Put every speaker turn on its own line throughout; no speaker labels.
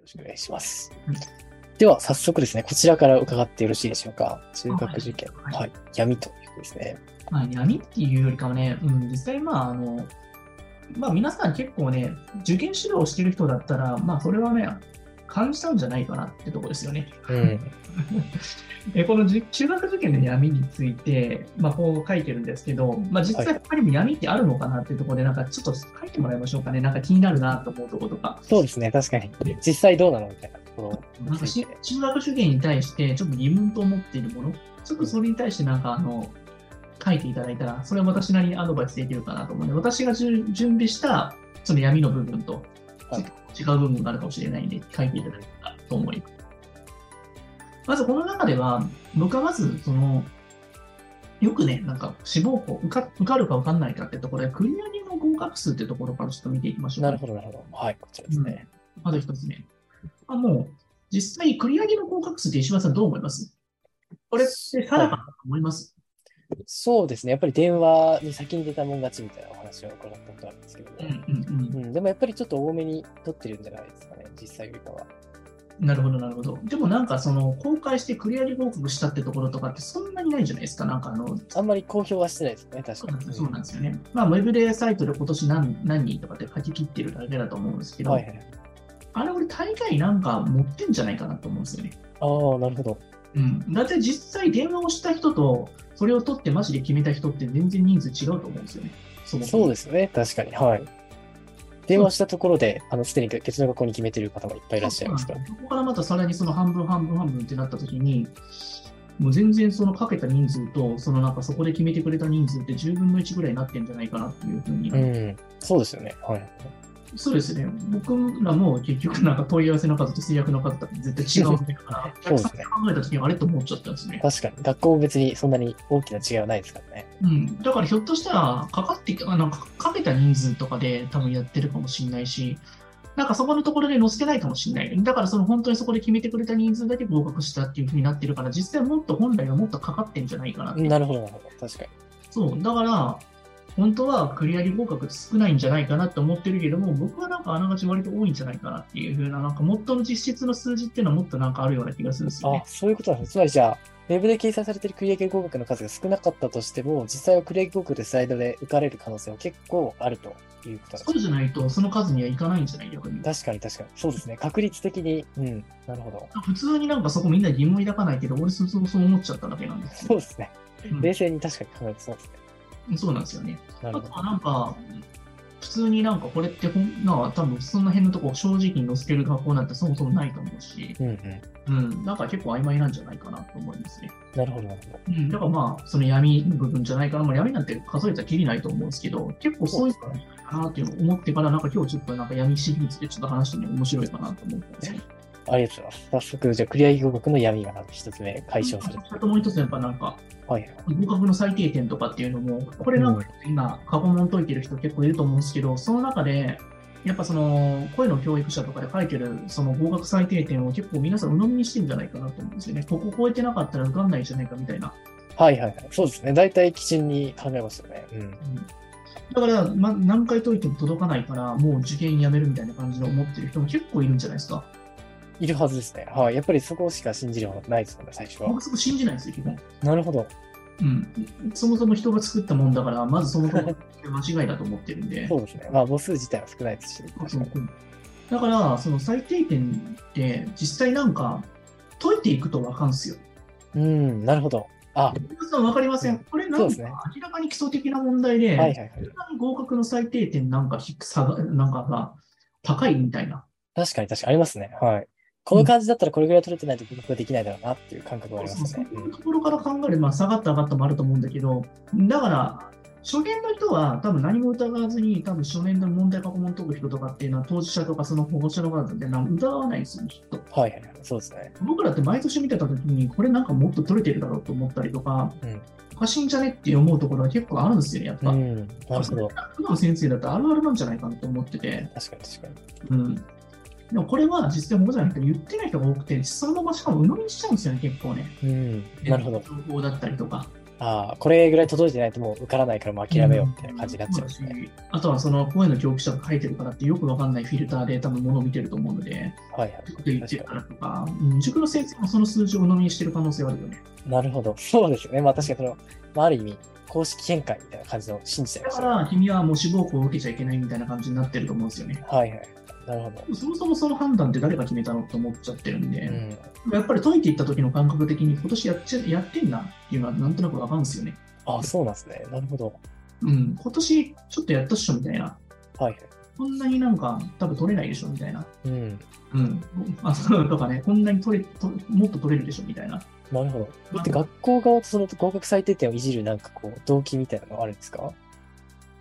ろしくお願いします。では、早速ですね、こちらから伺ってよろしいでしょうか。中学受験、
はいはい
はい、闇ということですね。
まあ、闇っていうよりかはね、うん、実際、まあ、あの、まあ、皆さん結構ね、受験指導をしてる人だったら、まあ、それはね、感じたんじゃないかなってとこですよね。
うん。
えこのじ中学受験の闇について、まあ、こう書いてるんですけど、まあ、実
は
際他にも闇ってあるのかなっていうところで、なんかちょっと書いてもらいましょうかね。なんか気になるなと思うところとか。
そうですね、確かに。実際どうなのみたいなところ
なんか
につい。
して中学受験に対してちょっと疑問と思っているもの、ちょっとそれに対してなんかあの書いていただいたら、それは私なりにアドバイスできるかなと思うので、私がじゅ準備したその闇の部分と、
はい
違う部分があるかもしれないんで、書いていただけたらと思います。まずこの中では、僕はまずその、よくね、なんか志望校受か、受かるか受かんないかってところで、クリアにの合格数ってところからちょっと見ていきましょうか
なるほど、なるほど。はい、こちらですね。
まず一つ目。まあ、もう、実際、繰り上げの合格数って石破さんどう思いますこれって定かだと思います、
そうですね、やっぱり電話に先に出たもん勝ちみたいなお話を伺ったことあるんですけども、
うんうん
うん、でもやっぱりちょっと多めに取ってるんじゃないですかね、実際よりかは。
うん。なるほど、なるほど。でもなんか、その、公開して繰り上げ合格したってところとかってそんなにないじゃないですか。なんか、あの、
あんまり公表はしてないですね、確かに。
そうなんですよね。まあ、ウェブでサイトで今年何何人とかって書き切ってるだけだと思うんですけど、
はいはい。
あれ俺大概なんか持ってんじゃないかなと思うんですよね。
ああ、なるほど。
うん。だって実際電話をした人と、それを取ってマジで決めた人って全然人数違うと思うんですよね。そもそも
そうですね、確かに。はい。電話したところで、あの、すでに別の学校に決めてる方がいっぱいいらっしゃいますから。
そこからまたさらにその半分半分半分ってなった時に、もう全然そのかけた人数と、そのなんかそこで決めてくれた人数って10分の1ぐらいになってんじゃないかなっていうふうに、
うん、そうですよね。はい。
そうですね、僕らも結局なんか問い合わせの数と制約の数とか絶対違うんだから、
そうです
考
ね
えた時にあれと思っちゃったんですね。
確かに。学校も別にそんなに大きな違いはないですからね。
うん、だからひょっとしたら、かかってきあのかかけた人数とかで多分やってるかもしれないし、なんかそこのところで載せてないかもしれない。だからその本当にそこで決めてくれた人数だけ合格したっていうふうになってるから、実際もっと本来はもっとかかってんじゃないかなって
なるほど、なるほど。確かに。
そう、だから、本当は繰り上げ合格って少ないんじゃないかなって思ってるけども、僕はなんかあながち割と多いんじゃないかなっていうふうな、なんか元の実質の数字っていうのはもっとなんかあるような気がするんですよ
あ
ね。
そういうことなんですね。つまりじゃあ、ウェブで掲載されている繰り上げ合格の数が少なかったとしても、実際は繰り上げ合格でスライドで受かれる可能性は結構あるということなん
そう
です
じゃ
ね。
ないと、その数にはいかないんじゃない逆に。
確かに確かに。そうですね。確率的に。うん。なるほど。
普通になんかそこみんな疑問抱かないけど、俺そうそう思っちゃっただけなんです
そう
よ、
ですね。
うん
冷静に確かに考えてそうですね。
そうなんですよね。
な
あ
るほ
と
ど。
はなんか、普通になんかこれってほん、なんか多分その辺のとこ正直に載せてる学校なんてそもそもないと思うし、
うんうん。
うん、なんか結構曖昧なんじゃないかなと思いますね。
なるほど、なるほど。
うん、だからまあ、その闇の部分じゃないかな、まあ、闇なんて数えたらきりないと思うんですけど、結構そういうのがいいかなっていうのを思ってから、なんか今日ちょっとなんか闇シリーズでちょっと話してみて面白いかなと思ったんですよね。
ありがとうございます。早速、じゃあ、繰り上げ合格の闇が一つ目解消されて
あともう一つやっぱなんか、
はいはい。
合格の最低点とかっていうのも、これなんか今、過去問解いてる人結構いると思うんですけど、その中で、やっぱその声の教育者とかで書いてるその合格最低点を結構皆さん鵜呑みにしてるんじゃないかなと思うんですよね。ここ超えてなかったら受かんないじゃないかみたいな。
はいはいはい。そうですね。大体基準に考えますよね。うん。
だから、ま、何回解いても届かないから、もう受験やめるみたいな感じで思ってる人も結構いるんじゃないですか。
いるはずですね。はい。やっぱりそこしか信じるはないですもんね、最初は。
僕そこ信じないんですよ、基本。
なるほど。
うん。そもそも人が作ったもんだから、まずそもそも間違いだと思ってる んで。
そうですね。まあ、母数自体は少ないですし。確かに
だから、その最低点って、実際なんか、解いていくとわかんすよ。
うん、なるほど。あ、
皆さんわかりません。これな
そうんで
か
すね
明らかに基礎的な問題で、
はいはいはい。
一番合格の最低点なんか低さが、なんかが高いみたいな。
確かに確かにありますね。はい。この感じだったらこれぐらい取れてないと僕はできないだろうなっていう感覚はあります
そ
ね。
ういうところから考える、まあ、下がった上がったもあると思うんだけど、だから、初見の人は多分何も疑わずに、多分初年度の問題過去問解く人とかっていうのは、当事者とかその保護者の方ってなんか疑わないんですよ、きっと。
はいはいはい。そうですね。
僕らって毎年見てた時に、これなんかもっと取れてるだろうと思ったりとか、
うん
おかしいんじゃねって思うところは結構あるんですよね、やっぱ。
うん。なるほど。
普段の先生だってあるあるなんじゃないかなと思ってて、
確かに確かに。
うん、でもこれは実際保護者の人言ってない人が多くて、そのまましかも鵜呑みにしちゃうんですよね、結構ね。
うん。なるほど。
情報だったりとか。
ああ、これぐらい届いてないともう受からないからもう諦めようみたいな感じになっちゃうんですね。
うんあとはその声の教育者が書いてるからってよくわかんないフィルターで多分物を見てると思うので、
はいはい
塾で言ってるからとか、うん塾の先生もその数字を鵜呑みにしてる可能性はあるよね。。
なるほど。そうですよね。まあ確かにその、まあある意味、公式見解みたいな感じの信じちゃい
だ
まし
か
たね。
ら君はもう志望校を受けちゃいけないみたいな感じになってると思うんですよね。
はいはい。なるほど。
そもそもその判断って誰が決めたのと思っちゃってるん
う
で、
ん。
やっぱり解いていった時の感覚的に今年やっちゃやってんなっていうのはなんとなくわかるんですよね。
ああ、そうなんですね。なるほど。
うん、今年ちょっとやったっしょみたいな。
はいはい。
こんなになんか多分取れないでしょみたいな。
うん。
うん。あ、そうとかね、こんなに取れ、ともっと取れるでしょみたいな。
なるほど。だって学校側とその合格最低点をいじるなんかこう、動機みたいなのあるんですか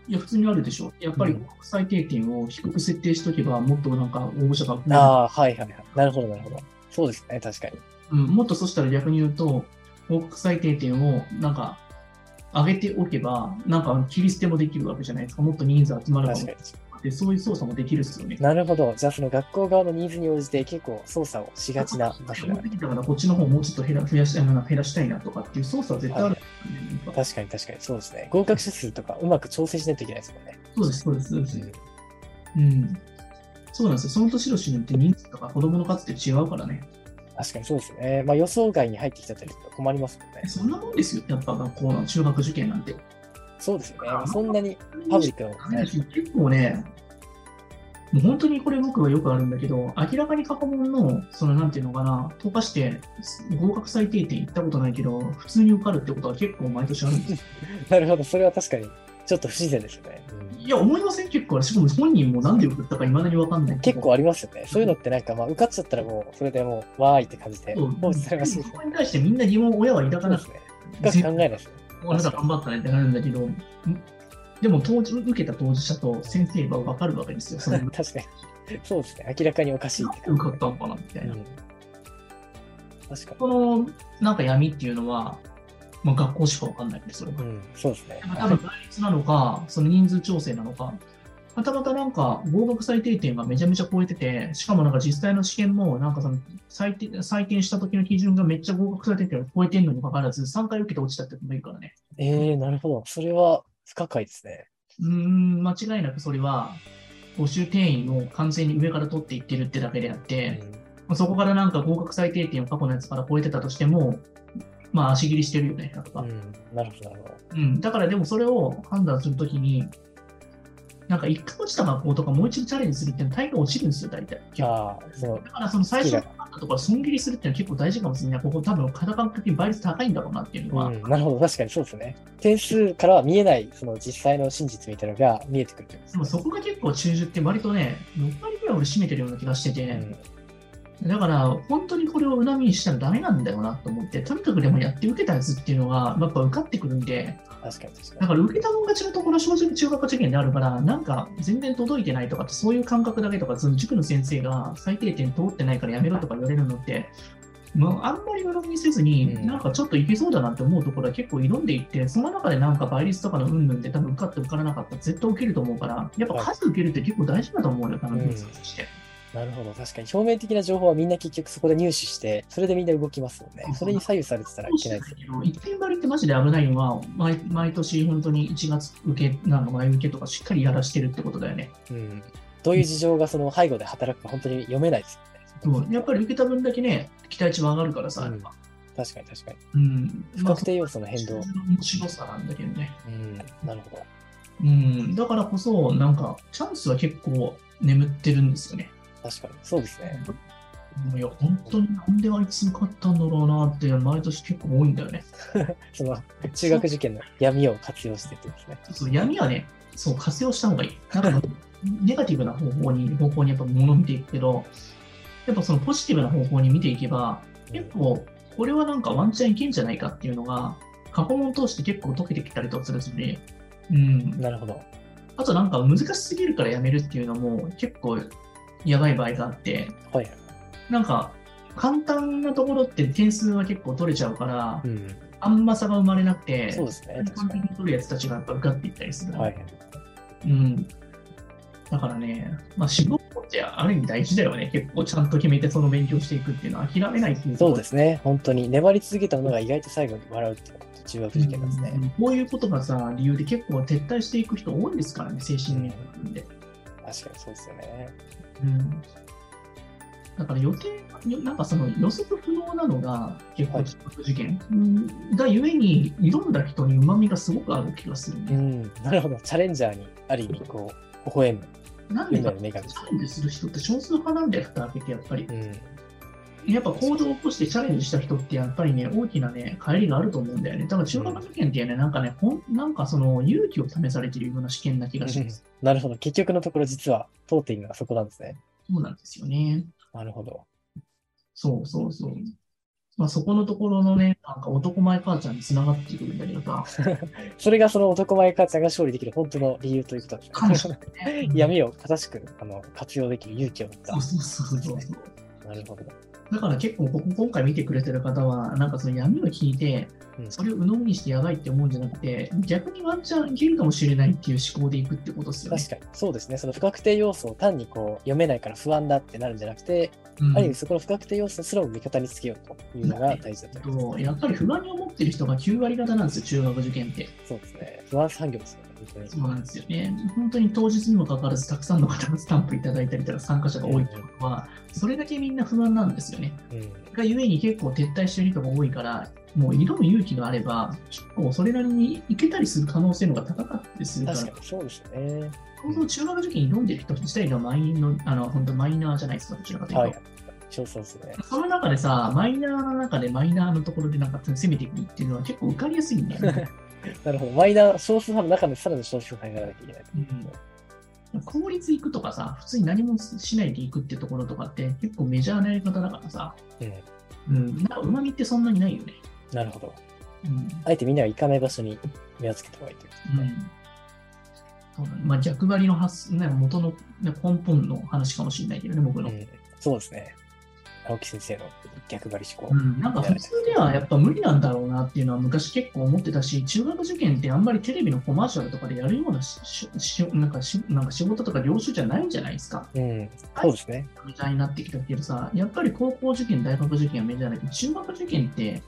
いや、普通にあるでしょ。やっぱり
うん
最低点を低く設定しとけば、もっとなんか応募者が増える、
ああ、はいはいはい。なるほど、なるほど。そうですね、確かに。
うん、もっとそしたら逆に言うと、報告最低点をなんか上げておけば、なんか切り捨てもできるわけじゃないですか。もっと人数集まるかも
確かに。
で、そういう操作もできるっすよね。
なるほど。じゃあその学校側のニーズに応じて結構操作をしがちな場所がある。
だからこっちの方もうちょっと減ら増やしあの減らしたいなとかっていう操作は絶対あるんですよね。なんか
確かに確かにそうですね。合格者数とかうまく調整しないといけないですもんね。
そうです、そうです、そうです。うん。そうなんですよ。その年々によって人数とか子供の数って違うからね。
確かにそうですね。まあ予想外に入ってきちゃったりすると困りますもんね。
そんなもんですよ。やっぱ学校の中学受験なんて。
そうですよね。まあそんなにパブリックなもの ない。
結構ね、もう本当にこれ僕はよくあるんだけど、明らかに過去問の、そのなんていうのかな、溶かして合格最低点行ったことないけど、普通に受かるってことは結構毎年あるん ですよ。
なるほど。それは確かにちょっと不自然ですよね。
いや、思いません結構。しかも本人もなんで送ったかいまだにわかんない。
結構ありますよね。そういうのってなんかまあ受かっちゃったらもうそれでもうわーいって感じで
うん
放置されます
そ
よね。
こに対してみんな疑問を親は抱
そ
か
うで
な
す
く
ね。
て、
深く考えないですね。
あなた頑張ったねってなるんだけど、んでも当時受けた当事者と先生が分かるわけですよ。 その
確かに。そうですね。明らかにおかしいって
受かったのかなみたいな。
うん確か
このなんか闇っていうのは、まあ、学校しか分かんないんで、それは
に。。うん、そうですね。
多分倍率なのか、その人数調整なのか、またまたなんか合格最低点がめちゃめちゃ超えてて、しかもなんか実際の試験も、なんかその採点採点した時の基準がめっちゃ合格最低点を超えてるのにもかかわらず、3回受けて落ちたってこともいるからね。
ええなるほど。それは不可解ですね。
うーん、間違いなくそれは、募集定員を完全に上から取っていってるってだけであって、まあそこからなんか合格最低点を過去のやつから超えてたとしても、まあ足切りしてるよね、やっ
う
ぱ
ん、。うんなるほど、なるほど。
うん、だからでもそれを判断するときに、なんか一回落ちた学校とかもう一度チャレンジするっていうのは大概落ちるんですよ、大体。
じゃあ、その
だ、からその最初の判断とか損切りするっていうのは結構大事かもしれない。ここ多分、肌感覚的に倍率高いんだろうなっていうのは。
うん、なるほど、確かにそうですね。点数からは見えない、その実際の真実みたいなのが見えてくるってことです
で
ね
もそこが結構中旬って割とね、6割ぐらい俺占めてるような気がして
う
て、
ん
だから本当にこれを鵜呑みにしたらダメなんだよなと思って、とにかくでもやって受けたやつっていうのがやっぱ受かってくるんで、
確かに確か
だ
に。
から受けたもん勝ちのところ正直中学受験であるから、なんか全然届いてないとかって、そういう感覚だけとか、その塾の先生が最低点通ってないからやめろとか言われるのって、まあ、あんまり恨みせずに、
うん
なんかちょっといけそうだなって思うところは結構挑んでいって、その中でなんか倍率とかの云々って多分受かって受からなかったら絶対受けると思うから、やっぱ数受けるって結構大事だと思うよ、多分、
うん
として。
なるほど、確かに。表面的な情報はみんな結局そこで入手して、それでみんな動きますもんね
そう。そう
それに左右されてたらいけないです。
一点張りってマジで危ないのは毎、毎年本当に1月受け、なんか前受けとかしっかりやらしてるってことだよね。
うん。どういう事情がその背後で働くか本当に読めないです
そ
もん
う
ね。
やっぱり受けた分だけね、期待値は上がるからさ、
うん
やっぱ
確かに確かに。
うん。
不確定要素の変動
まあ。その面白さなんだけどね。
うん、なるほど。
うん。だからこそ、なんか、チャンスは結構眠ってるんですよね。
確かに。そうですね。
いや、本当になんであいつ受かったんだろうなって、毎年結構多いんだよね。
その、中学受験の闇を活用してってことですね。
そう闇はね、そう、活用した方がいい。なんか、ネガティブな方法に、方向にやっぱ物を見ていくけど、やっぱそのポジティブな方向に見ていけば、結構、これはなんかワンチャンいけんじゃないかっていうのが、過去問通して結構解けてきたりとかするし、うん。
なるほど。
あとなんか難しすぎるからやめるっていうのも結構やばい場合があって、
はいはい。
なんか簡単なところって点数は結構取れちゃうから
う、ん。
あんま差が生まれなくて、
そうですね。
簡
確か
単に取るやつたちがやっぱ受かっていったりする。
に。はい。
うん。だからね、まあ、志望校っってある意味大事だよね。結構ちゃんと決めてその勉強していくっていうのは諦めないっていう
そうですすね。本当に。粘り続けたものが意外と最後に笑うっていうのが中学受験ですね。
こういうことがさ、理由で結構撤退していく人多いですからね、精神面なんで。
確かにそうですよね。
うんだから予定、よなんかその予測不能なのが結構中学受験うんがゆえに挑んだ人に旨味がすごくある気がする
う
ね。
ん。なるほど。チャレンジャーに、ある意味、こう、微笑む。
なんでか、チ
運命の女神
ャレンジする人って少数派なんだよ、蓋開けてやっぱり
う。ん。
やっぱ行動を起こしてチャレンジした人ってやっぱりね、大きなね、帰りがあると思うんだよね。だから中学受験っていうね、なんかね、ほんなんかその勇気を試されているような試験な気がします。
なるほど。結局のところ、実は、通っているのがそこなんですね。
そうなんですよね。
なるほど。
そうそうそう。まあ、そこのところのね、なんか男前母ちゃんにつながってくるんだけどさ、
それがその男前母ちゃんが勝利できる本当の理由ということですね。
感謝だね
闇を正しくあの活用できる勇気を持った
そう。そうそうそう。
なるほど。
だから結構ここ、今回見てくれてる方は、なんかその闇を聞いて
う、ん
それを鵜呑みにしてやばいって思うんじゃなくて、逆にワンチャンいけるかもしれないっていう思考でいくってことですよね
確。かに。そうですね。その不確定要素を単にこう読めないから不安だってなるんじゃなくて、
うん
ある意味そこの不確定要素すらも味方につけようというのが大事だと思います。
そうやっぱり不安に思ってる人が9割方なんですよ、中学受験って。
そうですね。不安産業ですよね。本当に
そうなんですよね。本当に当日にもかかわらず、たくさんの方がスタンプいただいたりとか、参加者が多いってことは、それだけみんな不安なんですよね。
うん
がゆえに結構撤退してる人が多いから、もう挑む勇気があれば、結構それなりにいけたりする可能性の方が高かったりするから、
確かにそうですよね。
本当中学受験に挑んでる人自体がマイの、あの、本当マイナーじゃないですか、どちらかというと。
はい。そうそうですね。
その中でさ、マイナーの中でマイナーのところでなんか攻めていくっていうのは結構受かりやすいんだよね。
なるほど。マイナー、少数派の中でさらに少数派にならなきゃいけない。
うん、効率行くとかさ、普通に何もしないで行くってところとかって結構メジャーなやり方だからさ、うん、なんかうまみってそんなにないよね。
なるほど。
うん
あえてみんなが行かない場所に目をつけた方がいいということです
う
ね。
んそうだねまあ、逆張りの発、ね、元の、ね、根本の話かもしれないけどね、僕の。
うんそうですね。青木先生の逆張り思考
う。ん、なんか普通ではやっぱ無理なんだろうなっていうのは昔結構思ってたし、中学受験ってあんまりテレビのコマーシャルとかでやるようなしししなんかしなんか仕事とか領収じゃないんじゃないですか。
うん、そうですね。
メジャーになってきたけどさ、やっぱり高校受験、大学受験はメジャーだけど、中学受験って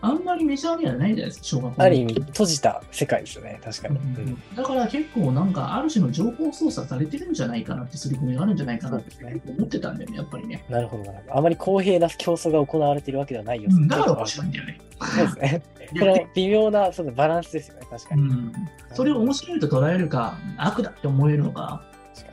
あんまりメジャーではないじゃないですか、小学校
ある意味、閉じた世界ですよね、確かに。うん
だから結構なんかある種の情報操作されてるんじゃないかなってすり込みがあるんじゃないかなって
そうですね
思ってたんだよね、やっぱりね。
なるほど、なるほど。あまり公平な競争が行われているわけではないよ。
だから面白いんだよね。
そうですね。こ
やって
の微妙なそのバランスですよね、確か
う
に。
ん、それを面白いと捉えるか、悪だって思えるのか。
確か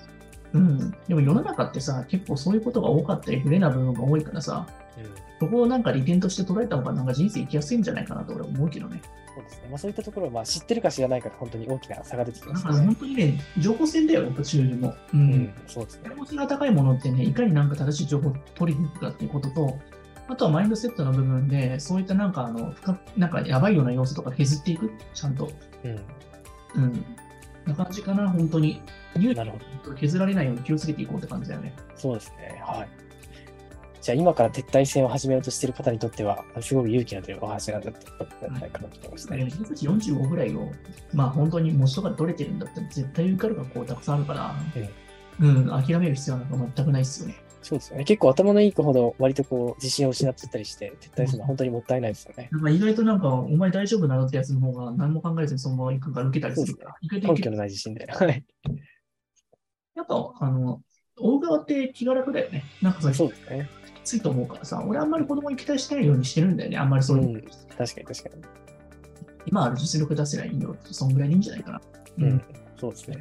うん、でも世の中ってさ、結構そういうことが多かったり、不利な部分が多いからさ、
にうん
そこをなんか利点として捉えた方がなんか人生生きやすいんじゃないかなと俺は思うけどね。
そうですね。まあそういったところは、まあ知ってるか知らないかで本当に大きな差が出てきま
だ
す
か
よ
ら
ね
本。当にね、情報戦だよ、やっぱ中も。う
うんん、そうですね
可。能性が高いものってね、いかになんか正しい情報を取りに行くかっていうことと、あとはマインドセットの部分で、そういったなんかあの、深くなんかやばいような要素とか削っていく、ちゃんと。
うん、
うん。な感じかな、本当に。勇
なるほ
気を削られないように気をつけていこうって感じだよね。
そうですね。はい。じゃあ今から撤退戦を始めようとしている方にとっては、すごく勇気の出るお話なんだったんじゃないかなと思いますね。
僕たち45ぐらいを、まあ本当に模試とかで取れてるんだったら、絶対受かる学校たくさんあるから、うん、諦める必要なんか全くないっすよね。
そうですよね。結構頭のいい子ほど割とこう自信を失ってたりして撤退するのは本当にもったいないですよね。
なんか意外となんか、お前大丈夫なのってやつの方が何も考えずにそのまま行くから受けたりするから、意外とい
根
け
拠のない自信で。はい。
やっぱ、あの、大川って気が楽だよね。なんかさ、き
そうですね。
ついと思うからさ、俺あんまり子供に期待しないようにしてるんだよね。あんまりそういう、
うん確かに確か
今ある実力出せりゃいいよって、そんぐらいでいいんじゃないかな。
に。うん。そうですね。